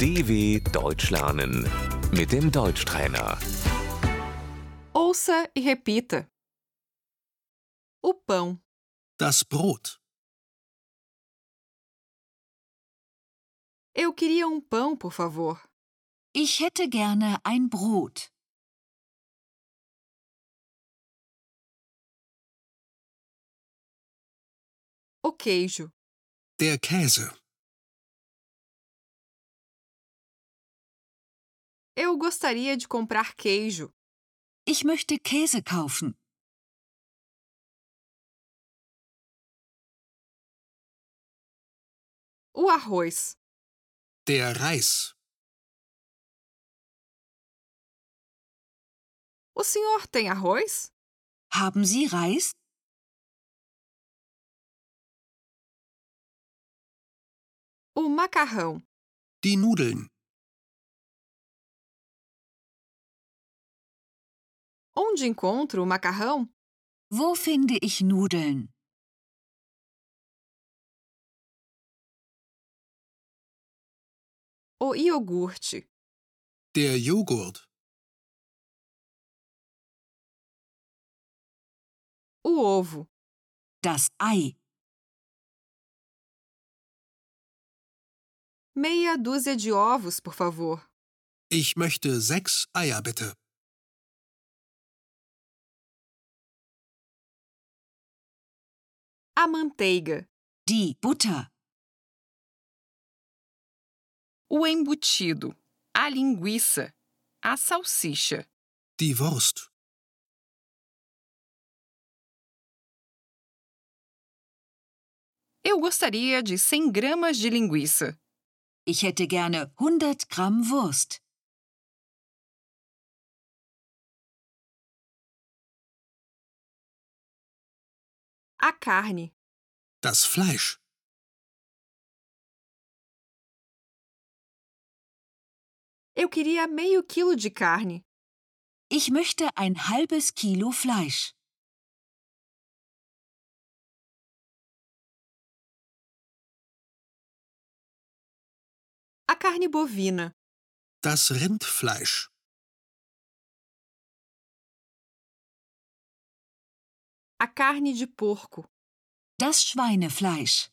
DW Deutsch lernen mit dem Deutschtrainer. Ouça e repita. O pão, Das Brot. eu queria um pão, por favor. Ich hätte gerne ein Brot. O queijo, Der Käse. eu gostaria de comprar queijo. Ich möchte Käse kaufen. O arroz, Der Reis. o senhor tem arroz? Haben Sie Reis? O macarrão, Die Nudeln. onde encontro o macarrão? Wo finde ich Nudeln? O iogurte, Der Joghurt. o ovo, Das Ei. meia dúzia de ovos, por favor. Ich möchte sechs Eier bitte. A manteiga, Die Butter. o embutido, a linguiça, a salsicha, Die Wurst. Eu gostaria de 100 gramas de linguiça. Ich hätte gerne 100 Gramm Wurst. A carne, Das Fleisch. eu queria meio quilo de carne. Ich möchte ein halbes Kilo Fleisch. A carne bovina, Das Rindfleisch. a carne de porco, Das Schweinefleisch.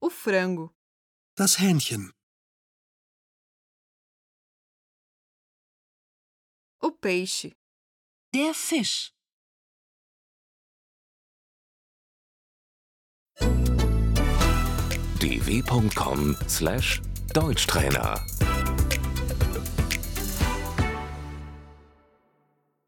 o frango, Das Hähnchen. o peixe, Der Fisch. dw.com/deutschtrainer